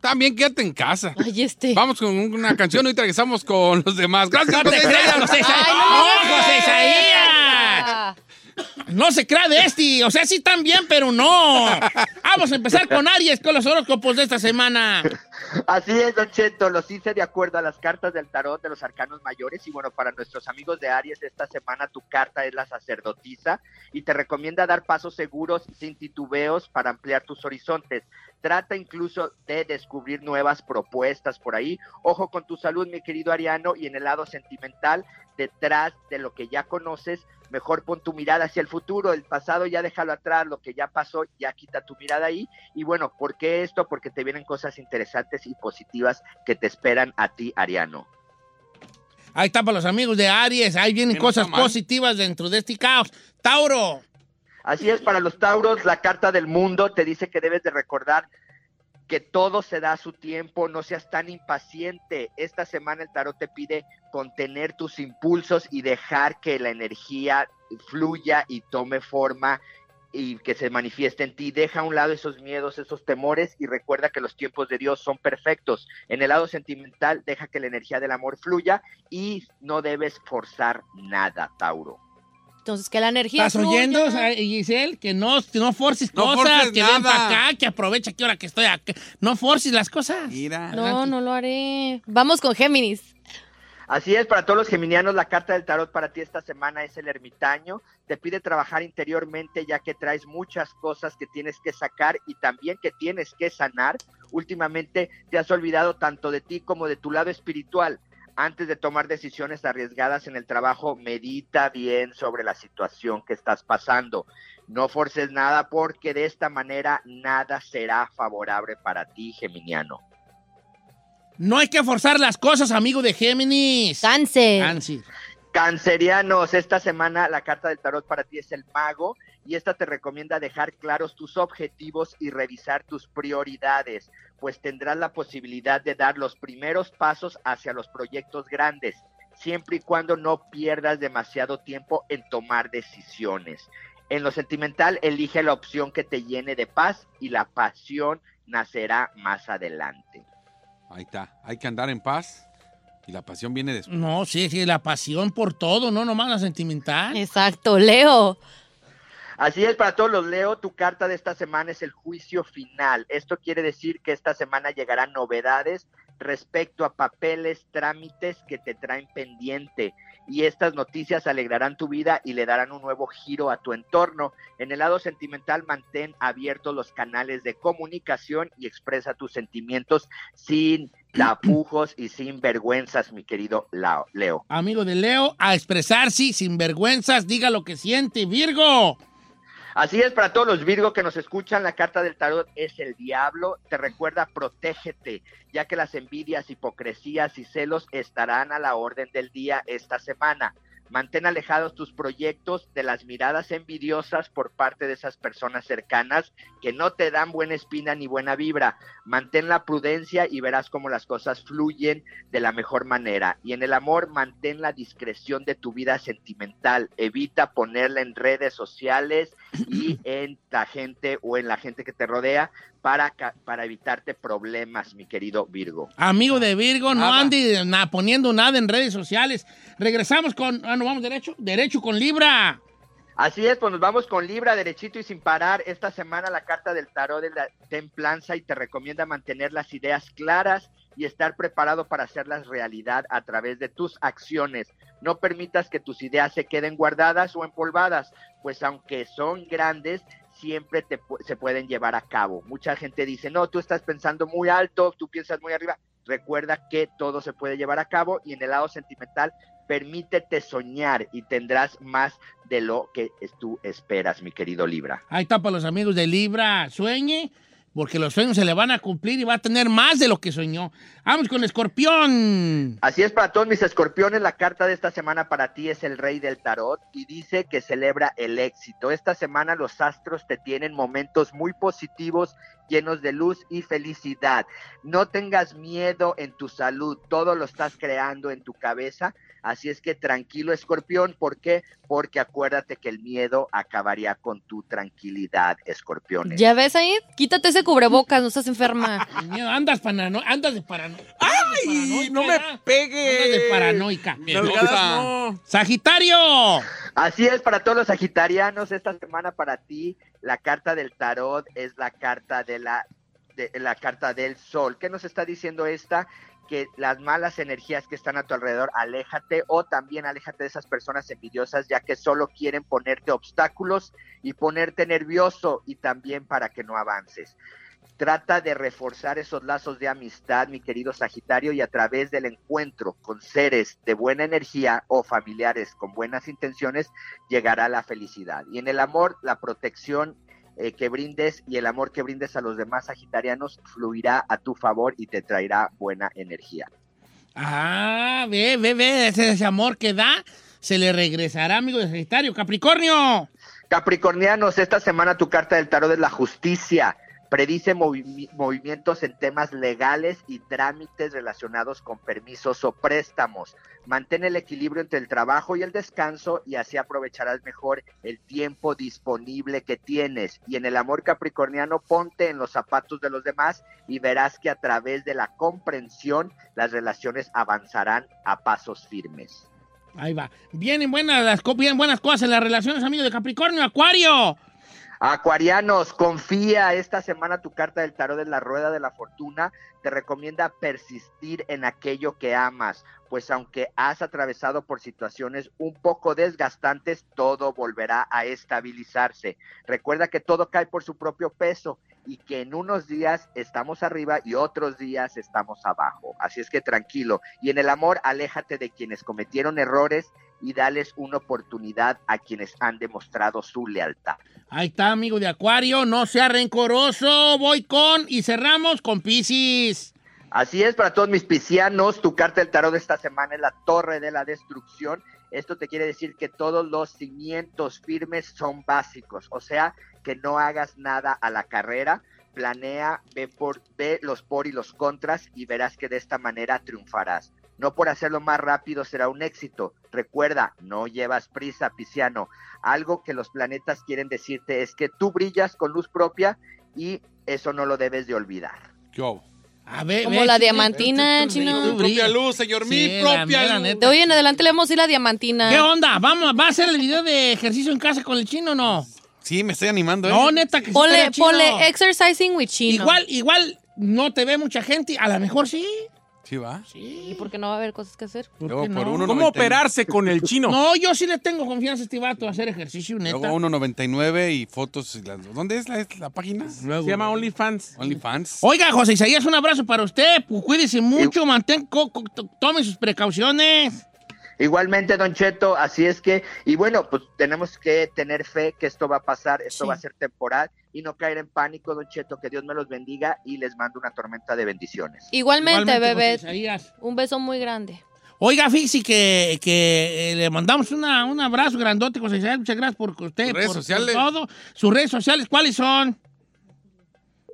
también quédate en casa. Vamos con una canción y regresamos con los demás. Gracias, No te José creas, Isaías. José Isaías. ¡No, José Isaías! No se crea de este. O sea, sí también, pero no. Vamos a empezar con Aries, con los horóscopos de esta semana. Así es, Don Cheto, los hice de acuerdo a las cartas del tarot de los arcanos mayores y bueno, para nuestros amigos de Aries, esta semana tu carta es la sacerdotisa y te recomienda dar pasos seguros sin titubeos para ampliar tus horizontes. Trata incluso de descubrir nuevas propuestas por ahí. Ojo con tu salud, mi querido Ariano, y en el lado sentimental, detrás de lo que ya conoces, mejor pon tu mirada hacia el futuro, el pasado ya déjalo atrás, lo que ya pasó, ya quita tu mirada ahí. Y bueno, ¿por qué esto? Porque te vienen cosas interesantes y positivas que te esperan a ti, Ariano. Ahí está para los amigos de Aries. Ahí vienen cosas positivas dentro de este caos. Tauro. Así es, para los Tauros, la carta del mundo te dice que debes de recordar que todo se da a su tiempo, no seas tan impaciente. Esta semana el tarot te pide contener tus impulsos y dejar que la energía fluya y tome forma y que se manifieste en ti. Deja a un lado esos miedos, esos temores y recuerda que los tiempos de Dios son perfectos. En el lado sentimental, deja que la energía del amor fluya y no debes forzar nada, Tauro. Entonces, que la energía. ¿Estás fluya. oyendo, Sa- Giselle? Que no, que no forces No cosas, forces que ven nada. para acá, que aprovecha que ahora que estoy acá. No forces las cosas. Mira. No, no lo haré. Vamos con Géminis. Así es, para todos los geminianos, la carta del tarot para ti esta semana es el ermitaño. Te pide trabajar interiormente ya que traes muchas cosas que tienes que sacar y también que tienes que sanar. Últimamente te has olvidado tanto de ti como de tu lado espiritual. Antes de tomar decisiones arriesgadas en el trabajo, medita bien sobre la situación que estás pasando. No forces nada porque de esta manera nada será favorable para ti, geminiano. No hay que forzar las cosas, amigo de Géminis. Cáncer. Cáncer. Cancerianos, esta semana la carta del tarot para ti es el mago y esta te recomienda dejar claros tus objetivos y revisar tus prioridades, pues tendrás la posibilidad de dar los primeros pasos hacia los proyectos grandes, siempre y cuando no pierdas demasiado tiempo en tomar decisiones. En lo sentimental, elige la opción que te llene de paz y la pasión nacerá más adelante. Ahí está. Hay que andar en paz y la pasión viene después. No, sí, sí, la pasión por todo, no nomás la sentimental. Exacto, Leo. Así es, para todos los leo, tu carta de esta semana es el juicio final. Esto quiere decir que esta semana llegarán novedades respecto a papeles, trámites que te traen pendiente. Y estas noticias alegrarán tu vida y le darán un nuevo giro a tu entorno. En el lado sentimental, mantén abiertos los canales de comunicación y expresa tus sentimientos sin tapujos y sin vergüenzas, mi querido Lao- Leo. Amigo de Leo, a expresarse sin vergüenzas, diga lo que siente, Virgo. Así es, para todos los Virgo que nos escuchan, la carta del tarot es el diablo. Te recuerda, protégete, ya que las envidias, hipocresías y celos estarán a la orden del día esta semana. Mantén alejados tus proyectos de las miradas envidiosas por parte de esas personas cercanas que no te dan buena espina ni buena vibra. Mantén la prudencia y verás cómo las cosas fluyen de la mejor manera. Y en el amor, mantén la discreción de tu vida sentimental. Evita ponerla en redes sociales y en la gente o en la gente que te rodea para, ca- para evitarte problemas, mi querido Virgo. Amigo de Virgo, no ande na- poniendo nada en redes sociales. Regresamos con. Ah, no, vamos derecho. Derecho con Libra. Así es, pues nos vamos con Libra, derechito y sin parar. Esta semana la carta del tarot de la templanza y te recomienda mantener las ideas claras y estar preparado para hacerlas realidad a través de tus acciones. No permitas que tus ideas se queden guardadas o empolvadas, pues aunque son grandes, siempre te pu- se pueden llevar a cabo. Mucha gente dice, no, tú estás pensando muy alto, tú piensas muy arriba. Recuerda que todo se puede llevar a cabo y en el lado sentimental, permítete soñar y tendrás más de lo que es- tú esperas, mi querido Libra. Ahí está para los amigos de Libra. Sueñe, porque los sueños se le van a cumplir y va a tener más de lo que soñó. Vamos con Escorpión. Así es para todos mis escorpiones, la carta de esta semana para ti es el rey del tarot y dice que celebra el éxito. Esta semana los astros te tienen momentos muy positivos, llenos de luz y felicidad. No tengas miedo en tu salud, todo lo estás creando en tu cabeza, así es que tranquilo escorpión, ¿por qué? Porque acuérdate que el miedo acabaría con tu tranquilidad, escorpiones. ¿Ya ves ahí? Quítate ese cubrebocas, no estás enferma. Ah, Andas parano andas de paranoia. ¡Ay! No me pegue. Andas de paranoica. Nalgadas no. Sagitario. Así es, para todos los sagitarianos, esta semana para ti, la carta del tarot es la carta de la, de, la carta del sol. ¿Qué nos está diciendo esta? Que las malas energías que están a tu alrededor, aléjate o también aléjate de esas personas envidiosas, ya que solo quieren ponerte obstáculos y ponerte nervioso y también para que no avances. Trata de reforzar esos lazos de amistad, mi querido Sagitario, y a través del encuentro con seres de buena energía o familiares con buenas intenciones, llegará la felicidad. Y en el amor, la protección eh, que brindes y el amor que brindes a los demás sagitarianos fluirá a tu favor y te traerá buena energía. Ah, ve, ve, ve. Ese, ese amor que da se le regresará, amigo de Sagitario. Capricornio. Capricornianos, esta semana tu carta del tarot es la justicia. Predice movi- movimientos en temas legales y trámites relacionados con permisos o préstamos. Mantén el equilibrio entre el trabajo y el descanso y así aprovecharás mejor el tiempo disponible que tienes. Y en el amor capricorniano, ponte en los zapatos de los demás y verás que a través de la comprensión las relaciones avanzarán a pasos firmes. Ahí va. Vienen buenas, las co- vienen buenas cosas en las relaciones, amigo de Capricornio. Acuario. Acuarianos, confía. Esta semana tu carta del tarot de la rueda de la fortuna te recomienda persistir en aquello que amas, pues aunque has atravesado por situaciones un poco desgastantes, todo volverá a estabilizarse. Recuerda que todo cae por su propio peso y que en unos días estamos arriba y otros días estamos abajo. Así es que tranquilo. Y en el amor, aléjate de quienes cometieron errores y dales una oportunidad a quienes han demostrado su lealtad. Ahí está, amigo de Acuario. No sea rencoroso. Voy con y cerramos con Piscis. Así es, para todos mis piscianos, tu carta del tarot de esta semana es la torre de la destrucción. Esto te quiere decir que todos los cimientos firmes son básicos, o sea, que no hagas nada a la carrera, planea, ve, por, ve los por y los contras y verás que de esta manera triunfarás. No por hacerlo más rápido será un éxito. Recuerda, no llevas prisa, pisciano. Algo que los planetas quieren decirte es que tú brillas con luz propia y eso no lo debes de olvidar. A ver, Como la diamantina, chino. luz, señor, mi propia luz. De hoy en adelante le vamos a ir la diamantina. ¿Qué onda? Vamos, ¿va a hacer el video de ejercicio en casa con el chino o no? Sí, me estoy animando, ¿eh? No, neta, que sí Ponle, estaría chido. ponle exercising with chino. Igual, igual no te ve mucha gente, a lo mejor sí. Sí, va. ¿Y por qué no va a haber cosas que hacer? Luego qué por no? 1.99. ¿Cómo operarse con el chino? No, yo sí le tengo confianza a este vato a hacer ejercicio, neta. Luego 1.99 y fotos. y las- ¿Dónde es la, es la página? Se llama OnlyFans. OnlyFans. Oiga, José Isaías, un abrazo para usted. Pues, cuídese mucho, mantén, co- co- to- tome sus precauciones. Igualmente, Don Cheto, así es que, y bueno, pues tenemos que tener fe que esto va a pasar, esto Sí. va a ser temporal y no caer en pánico, Don Cheto, que Dios me los bendiga y les mando una tormenta de bendiciones. Igualmente, Igualmente, José bebé. Isaías. Un beso muy grande. Oiga, Fixi, que, que eh, le mandamos una- un abrazo grandote, José Isaías. Muchas gracias por usted. Sus redes por- por sociales. todo. Sus redes sociales, ¿cuáles son?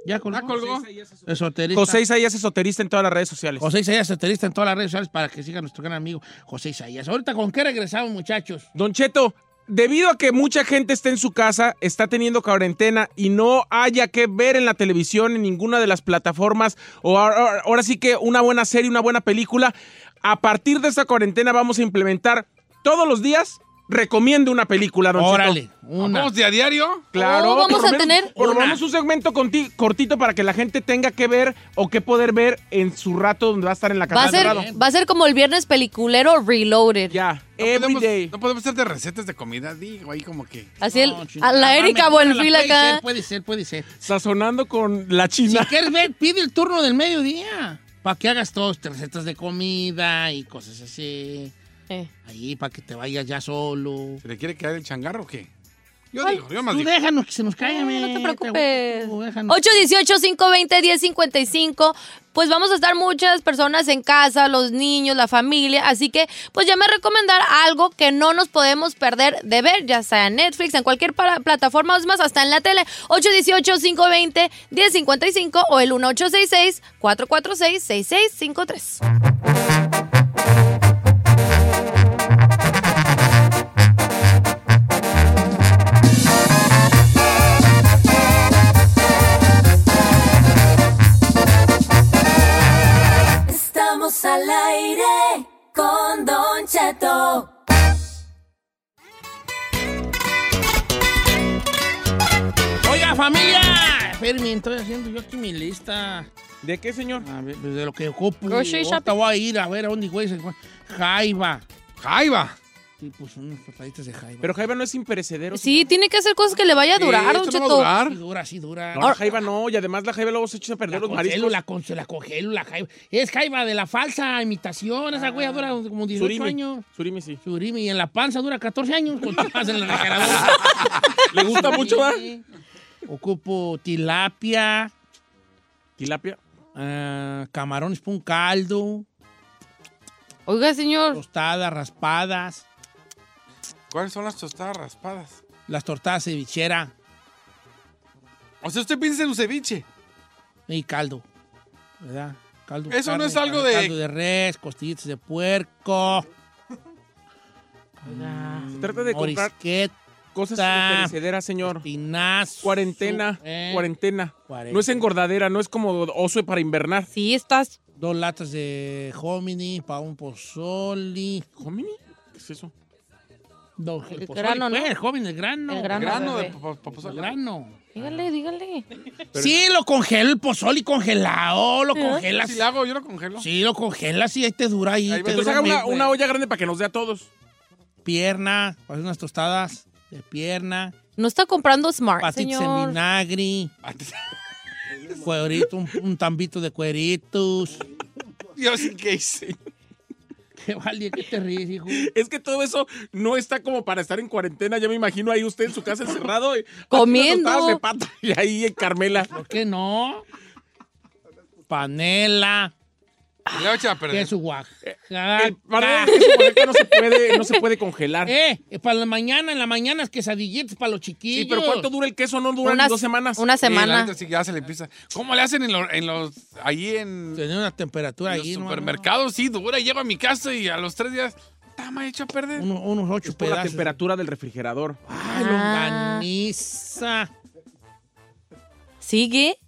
Ya colgó. ¿Ya colgó? Esoterista. José Isaías esoterista en todas las redes sociales. José Isaías, esoterista en todas las redes sociales para que siga nuestro gran amigo José Isaías. Ahorita, ¿con qué regresamos, muchachos? Don Cheto, debido a que mucha gente está en su casa, está teniendo cuarentena y no haya que ver en la televisión, en ninguna de las plataformas, o ahora, ahora- ahora sí que una buena serie, una buena película, a partir de esta cuarentena vamos a implementar todos los días recomiendo una película, Don Órale, Cheto. una. ¿Vamos de a diario? Claro. Oh, ¿vamos por lo a menos- tener? Por lo Una. menos un segmento conti- cortito para que la gente tenga que ver o que poder ver en su rato donde va a estar en la casa. Va a, ser, va a ser como el viernes peliculero Reloaded. Ya. podemos, No podemos hacer de recetas de comida, digo, ahí como que. Así el- a chingada, la Erika mames, Buenfil puede acá. ser, Puede ser, puede ser. Sazonando con la Si china. quieres ver, pide el turno del mediodía. Para que hagas todos tus recetas de comida y cosas así. Eh, Ahí, para que te vayas ya solo. ¿Se le quiere quedar el changarro o qué? Yo Ay, digo, yo más tú digo. déjanos que se nos caiga, No te preocupes. 818-520-1055. Pues vamos a estar muchas personas en casa, los niños, la familia. Así que, pues ya me recomendar algo que no nos podemos perder de ver, ya sea en Netflix, en cualquier para- plataforma, o es más, hasta en la tele. 818-520-1055 o el 1866-446-6653. Estamos al aire con Don Cheto. Oiga, familia. Fermi, estoy haciendo yo aquí mi lista. ¿De qué, señor? A ver, pues de lo que ocupo. Grocery Ahorita shopping. voy a ir a ver a dónde güey se encuentra. Jaiba. Jaiba. Sí, pues unos papaditas de jaiba. Pero Jaiba no es imperecedero. Sí, tiene que hacer cosas que le vaya a durar, Don Cheto. Sí dura, sí dura. No, la jaiba no, y además la jaiba luego se echa a perder los Congelo, mariscos. la, con- se la congelo, la jaiba. Es jaiba de la falsa imitación. Esa güey dura como 18 Surimi. años. Surimi, sí. Surimi, y en la panza dura 14 años. Continúas en la refrigeradora. Le gusta Sí. ah? mucho, ¿verdad? Ocupo tilapia, Tilapia. ah, camarones para un caldo. Oiga, señor. Tostadas, raspadas, ¿Cuáles son las tostadas raspadas? las tortadas cevichera O sea, usted piensa en un ceviche. y caldo. ¿Verdad? Caldo Eso no es algo caldo- de- Caldo de res, costillitas de puerco. Se trata de comprar Morisqueta. cosas imperecederas, señor. Cuarentena, eh. cuarentena. Cuarentena. No es engordadera, no es como oso para invernar. Sí, estás. Dos latas de hominy para un pozoli. ¿Hominy? ¿Qué es eso? No, el, pozole, grano, ¿no? pues, el joven, el grano. El grano, Grano de bebé. El grano. Dígale, dígale. Sí, lo congelo, el pozoli congelado, lo ¿Eh? congelas. Si la hago, yo la congelo. Sí, lo congelas y ahí te dura ahí. Ahí va. te Entonces dura haga una, mi- una olla grande para que nos dé a todos. Pierna, para hacer unas tostadas de pierna. No está comprando Smart, Patitas en señor. vinagre. Cuerito, un, un tambito de cueritos. Yo sí que hice. Qué vale, qué te ríes, hijo. Es que todo eso no está como para estar en cuarentena. Ya me imagino ahí usted en su casa encerrado. eh, y- Comiendo. haciendo tostadas de pata y ahí en Carmela. ¿Por qué no? Panela. Le echa a perder. Queso El Oaxaca. para no se puede, no se puede congelar. Eh, eh, para la mañana, en la mañana es quesadillitas para los chiquillos. Ah. Sí, pero ¿cuánto dura el queso? No dura Unas- ni dos semanas. Una Sí, la semana. neta, sí, ya se le empieza. ¿Cómo le hacen en, lo- en los. ahí en. Tener una temperatura en los ahí, ¿no? supermercados? Sí, dura. Llego a mi casa y a los tres días. Tama hecho a perder. Uno- unos ocho Es por la pedazos. temperatura del refrigerador. Ah, longaniza. ¿Sigue?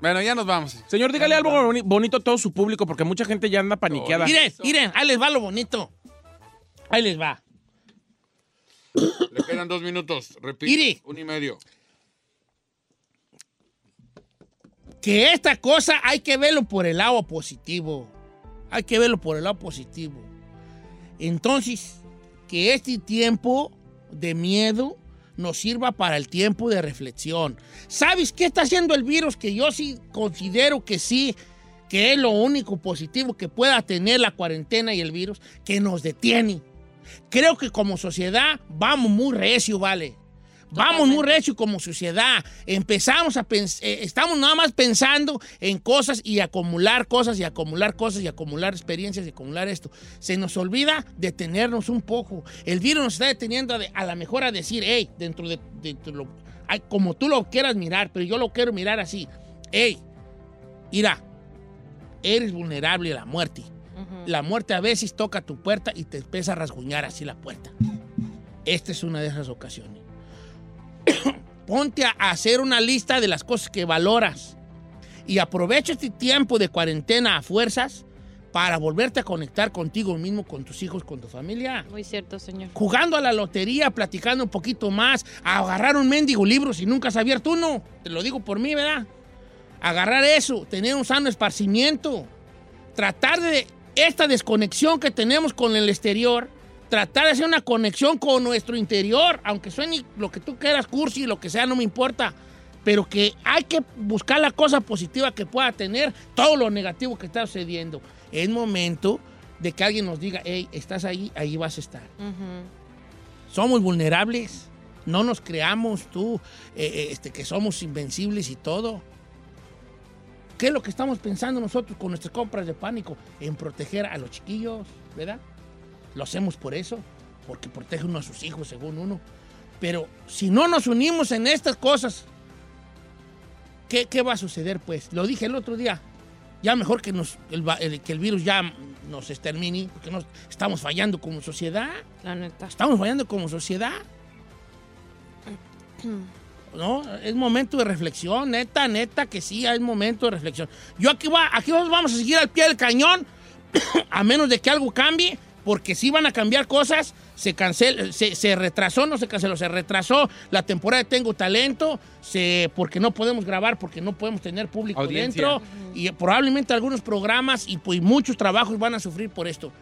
Bueno, ya nos vamos. Señor, dígale algo boni- bonito a todo su público, porque mucha gente ya anda paniqueada. Miren, miren, ahí les va lo bonito. Ahí les va. Le quedan dos minutos. Repito. Iri. Un y medio. que esta cosa hay que verlo por el lado positivo. Hay que verlo por el lado positivo. Entonces, que este tiempo de miedo nos sirva para el tiempo de reflexión. ¿Sabes qué está haciendo el virus? Que yo sí considero que sí, que es lo único positivo que pueda tener la cuarentena y el virus, que nos detiene. Creo que como sociedad vamos muy recio, ¿vale? Vamos muy recio como sociedad. Empezamos a pensar, estamos nada más pensando en cosas y acumular cosas y acumular cosas y acumular experiencias y acumular esto. Se nos olvida detenernos un poco. El virus nos está deteniendo a, de- a la mejor a decir, hey, dentro de, dentro de lo, ay, como tú lo quieras mirar, pero yo lo quiero mirar así. Hey, mira, eres vulnerable a la muerte. La muerte a veces toca tu puerta y te empieza a rasguñar así la puerta. Esta es una de esas ocasiones. Ponte a hacer una lista de las cosas que valoras y aprovecha este tiempo de cuarentena a fuerzas para volverte a conectar contigo mismo, con tus hijos, con tu familia. Muy cierto, señor. Jugando a la lotería, platicando un poquito más, a agarrar un mendigo libro si nunca has abierto uno. Te lo digo por mí, ¿verdad? Agarrar eso, tener un sano esparcimiento, tratar de esta desconexión que tenemos con el exterior, tratar de hacer una conexión con nuestro interior, aunque suene lo que tú quieras, cursi, lo que sea, no me importa. Pero que hay que buscar la cosa positiva que pueda tener todo lo negativo que está sucediendo. Es momento de que alguien nos diga, hey, estás ahí, ahí vas a estar. Somos vulnerables, no nos creamos tú, eh, eh, este, que somos invencibles y todo. ¿Qué es lo que estamos pensando nosotros con nuestras compras de pánico? En proteger a los chiquillos, ¿verdad? Lo hacemos por eso, porque protege uno a sus hijos, según uno. Pero si no nos unimos en estas cosas, ¿qué, qué va a suceder? Pues lo dije el otro día. Ya mejor que, nos, el, va- el- que el virus ya nos extermine, porque nos, estamos fallando como sociedad. La neta. Estamos fallando como sociedad. No, es momento de reflexión, neta, neta que sí, es momento de reflexión. Yo aquí, va, aquí vamos a seguir al pie del cañón, a menos de que algo cambie, porque si van a cambiar cosas, se, cancel, se, se retrasó, no se canceló, se retrasó la temporada de Tengo Talento, se, porque no podemos grabar, porque no podemos tener público Audiencia. dentro, y probablemente algunos programas y pues, muchos trabajos van a sufrir por esto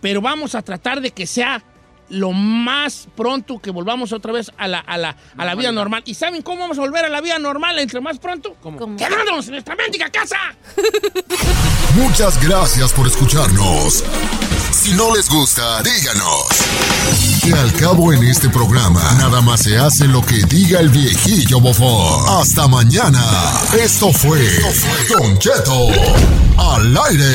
pero vamos a tratar de que sea lo más pronto que volvamos otra vez a la, a la, a la vida normal. ¿Y saben cómo vamos a volver a la vida normal entre más pronto? ¡Quedándonos en nuestra mendiga casa! Muchas gracias por escucharnos. Si no les gusta, díganos. Que al cabo en este programa, nada más se hace lo que diga el viejillo bofón. Hasta mañana. Esto fue Don Cheto al aire.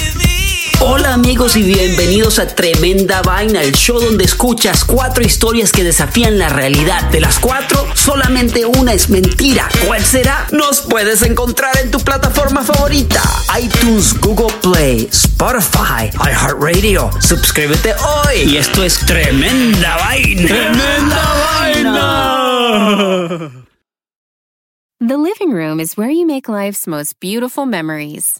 Hola amigos y bienvenidos a Tremenda Vaina, el show donde escuchas cuatro historias que desafían la realidad. De las cuatro, solamente una es mentira. ¿Cuál será? Nos puedes encontrar en tu plataforma favorita. iTunes, Google Play, Spotify, iHeartRadio. Suscríbete hoy. Y esto es Tremenda Vaina. The living room is where you make life's most beautiful memories.